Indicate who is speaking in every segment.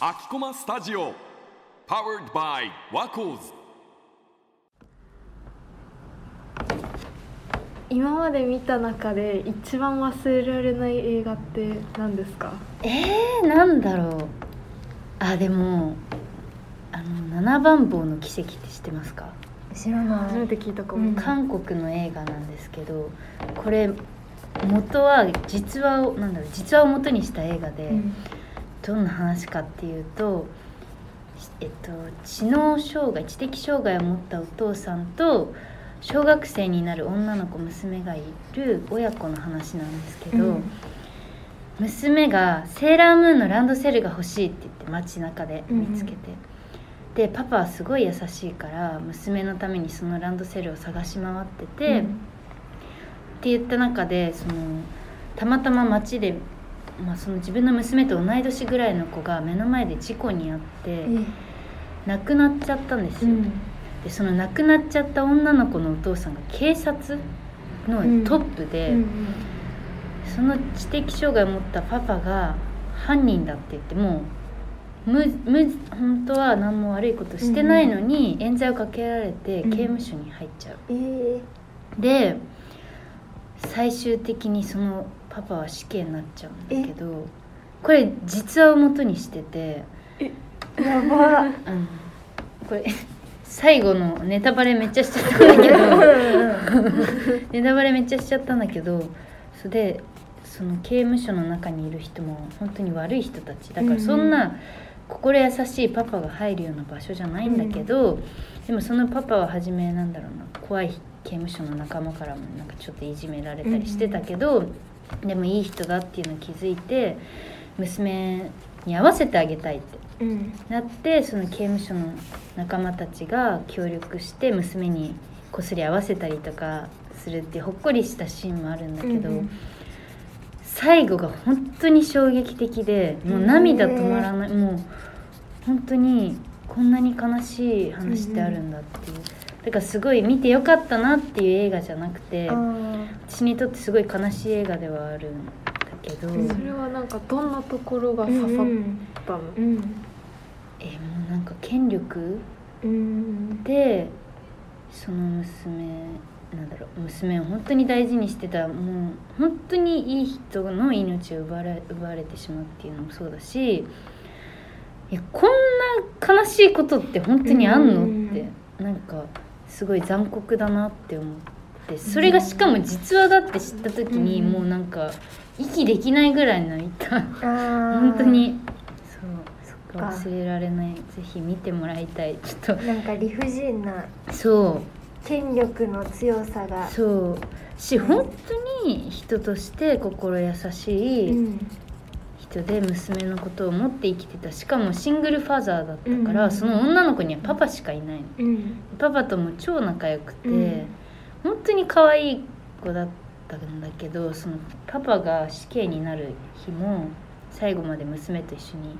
Speaker 1: 秋駒スタジオ Powered by ワコーズ
Speaker 2: 今まで見た中で一番忘れられない映画って何ですか
Speaker 3: えー、なんだろうあでもあの七番坊の奇跡って知ってますか、
Speaker 4: 知らな
Speaker 2: 初め
Speaker 4: い
Speaker 2: て聞いたか
Speaker 4: う
Speaker 2: も、
Speaker 4: ん
Speaker 3: 韓国の映画なんですけどこれ元は実話をなんだろう実話を元にした映画で、
Speaker 4: うん
Speaker 3: どんな話かっていうと、しえっと、知能障害知的障害を持ったお父さんと小学生になる女の子娘がいる親子の話なんですけど、
Speaker 4: うん
Speaker 3: 娘がセーラームーンのランドセルが欲しいって言って街中で見つけて、でパパはすごい優しいから娘のためにそのランドセルを探し回ってて、って言った中でそのたまたま街で、まあ、その自分の娘と同い年ぐらいの子が目の前で事故に遭って
Speaker 4: え
Speaker 3: 亡くなっちゃったんです
Speaker 4: う
Speaker 3: よ、
Speaker 4: ん
Speaker 3: でその亡くなっちゃった女の子のお父さんが警察のトップで、
Speaker 4: うん
Speaker 3: その知的障害を持ったパパが犯人だって言ってもう無無本当は何も悪いことしてないのに冤罪をかけられて
Speaker 4: うん
Speaker 3: 刑務所に入っちゃう、
Speaker 4: えー
Speaker 3: で最終的にそのパパは死刑になっちゃうんだけどこれ実話を元にしてて、
Speaker 4: やば
Speaker 3: あのこれ最後のネタバレめっちゃしちゃったんだけどネタバレめっちゃしちゃったんだけどそれでその刑務所の中にいる人も本当に悪い人たちだか
Speaker 4: う
Speaker 3: ら
Speaker 4: ん
Speaker 3: そんな心優しいパパが入るような場所じゃないんだけど、でもそのパパは初めなんだろうな怖い刑務所の仲間からもなんかちょっといじめられたりしてたけど、でもいい人だっていうのを気づいて娘に会わせてあげたいって
Speaker 4: うん
Speaker 3: なってその刑務所の仲間たちが協力して娘にこすり合わせたりとかするってほっこりしたシーンもあるんだけど、
Speaker 4: うんうん
Speaker 3: 最後が本当に衝撃的でもう涙止まらない、もう本当にこんなに悲しい話ってあるんだっていう、だからすごい見てよかったなっていう映画じゃなくて
Speaker 4: あー
Speaker 3: 私にとってすごい悲しい映画ではあるんだけど、
Speaker 4: うん
Speaker 2: それはなんかどんなところが
Speaker 4: う
Speaker 2: 刺さっ
Speaker 4: ん
Speaker 2: たの、
Speaker 4: うん
Speaker 3: えーもうなんか権力
Speaker 4: うん
Speaker 3: でその娘なんだろう娘を本当に大事にしてたもう本当にいい人の命を奪われ奪われてしまうっていうのもそうだしいやこんな悲しいことって本当にあんの
Speaker 4: うんうんうん
Speaker 3: ってなんかすごい残酷だなって思ってそれがしかも実話だって知った時に
Speaker 4: うん
Speaker 3: もうなんか息できないぐらい泣いた
Speaker 4: あー
Speaker 3: 本当にそう
Speaker 4: っか
Speaker 3: 忘れられないぜひ見てもらいたいちょっ
Speaker 4: なんか理不尽な
Speaker 3: とそう
Speaker 4: 権力の強さが
Speaker 3: そうし本当に人として心優しい
Speaker 4: ん
Speaker 3: 人で娘のことを思って生きてたしかもシングルファザーだったか
Speaker 4: うん
Speaker 3: ら、
Speaker 4: うん
Speaker 3: その女の子にはパパしかいないの
Speaker 4: うん
Speaker 3: パパとも超仲良くて、
Speaker 4: うん
Speaker 3: 本当に可愛い子だったんだけどそのパパが死刑になる日も最後まで娘と一緒に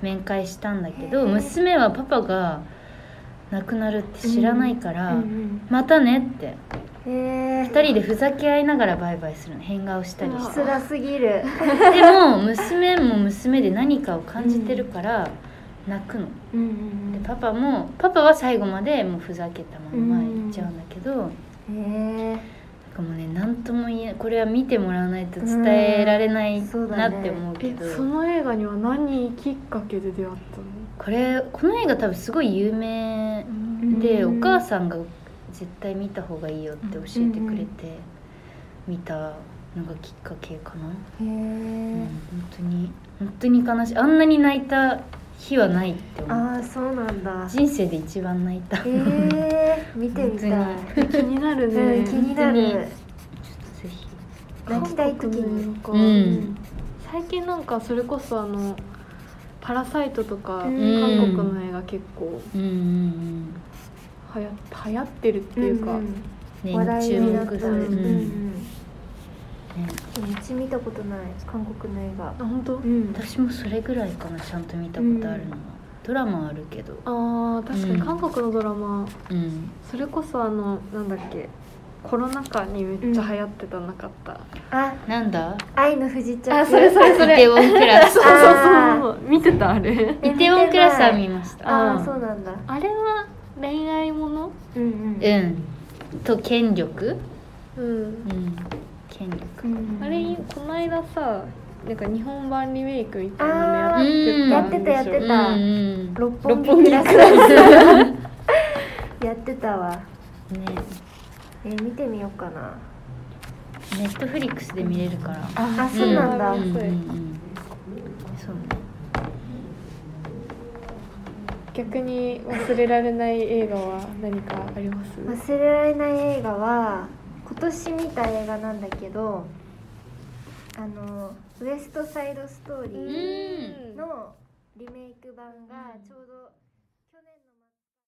Speaker 3: 面会したんだけ
Speaker 4: へえ
Speaker 3: ど娘はパパが亡くなるって知らないから「
Speaker 4: うん
Speaker 3: またね」って
Speaker 4: うんえー
Speaker 3: 二人でふざけ合いながらバイバイするの変顔したりし
Speaker 4: 辛すぎる
Speaker 3: てでも娘も娘で何かを感じてるから泣くの、
Speaker 4: うんうん
Speaker 3: でパパもパパは最後までもうふざけたまんま行っちゃうんだけど、なん
Speaker 4: え
Speaker 3: かもうね何とも言えこれは見てもらわないと伝えられない
Speaker 4: うんそう
Speaker 3: な
Speaker 4: だね
Speaker 3: って思うけ
Speaker 2: え
Speaker 3: ど、
Speaker 2: その映画には何きっかけで出会っ
Speaker 3: これこの映画多分すごい有名
Speaker 2: たの、
Speaker 4: ん
Speaker 3: で、
Speaker 4: うん
Speaker 3: お母さんが絶対見た方がいいよって教えてくれて、見たのがきっかけかな。
Speaker 4: ー、え
Speaker 3: 本当に本当に悲しいあんなに泣いた日はないって
Speaker 4: ー、
Speaker 3: 思う
Speaker 4: ああそうなんだ
Speaker 3: 人生で一番泣いた、
Speaker 4: え
Speaker 3: ちょ
Speaker 4: ー、見てみたい
Speaker 3: 本
Speaker 2: 気になるね、
Speaker 4: うん気になる
Speaker 3: 本っとぜひ
Speaker 4: 泣きたい時
Speaker 2: 韓
Speaker 4: に
Speaker 3: う
Speaker 2: 国の映画
Speaker 3: ん
Speaker 2: 最近なんかそれこそあの「パラサイト」とか
Speaker 4: う
Speaker 2: 韓
Speaker 4: ん
Speaker 2: 国の映画結構
Speaker 3: うんうん
Speaker 2: はや流行ってるっていうか、
Speaker 4: ん
Speaker 3: うん
Speaker 4: 話題
Speaker 3: 注
Speaker 4: になっ
Speaker 3: 目
Speaker 4: た
Speaker 3: される、
Speaker 2: う
Speaker 3: うんん
Speaker 4: うんうん
Speaker 3: ね、
Speaker 4: うち見たことない韓国の映画
Speaker 2: あ本当
Speaker 4: うん
Speaker 3: 私もそれぐらいかなちゃんと見たことあるのは、ドラマはあるけど
Speaker 2: あー確かに韓国のドラマ、
Speaker 3: うん
Speaker 2: それこそあのなんだっけコロナ禍にめっちゃ流行ってたなかった、
Speaker 4: あ
Speaker 3: なんだ
Speaker 4: 愛の不時着
Speaker 2: あそれそれそれ
Speaker 3: イテウォンクラス
Speaker 2: そう
Speaker 4: あー
Speaker 2: そうそう見てたあれ
Speaker 4: え
Speaker 3: イテウォンクラスは見ました
Speaker 4: あ
Speaker 2: う
Speaker 4: あ
Speaker 2: ん
Speaker 4: そうなんだ
Speaker 2: あれは恋愛もの
Speaker 4: うんうん
Speaker 3: うんと権力
Speaker 2: うん
Speaker 3: うん権力
Speaker 4: うん
Speaker 2: あれこの間さなんか日本版リメイクみたいなのやってたんでしょ
Speaker 4: あーやってたやって
Speaker 3: う
Speaker 4: た
Speaker 3: んうん
Speaker 4: 六
Speaker 2: 六
Speaker 4: 本
Speaker 2: 本
Speaker 4: 木
Speaker 2: 木
Speaker 4: ク
Speaker 2: ク
Speaker 4: ラ
Speaker 2: ラ
Speaker 4: ス
Speaker 2: ス
Speaker 4: やってたわ
Speaker 3: ね
Speaker 4: え見てみようかな
Speaker 3: ネットフリックスで見れるから
Speaker 4: あそうなんだ
Speaker 2: う
Speaker 3: うんうん
Speaker 2: ん
Speaker 3: うんそうね
Speaker 2: 逆に忘れられない映画は何かあります
Speaker 4: 忘れられない映画は今年見た映画なんだけどあのウエストサイドストーリー
Speaker 3: ん
Speaker 4: のリメイク版がちょうど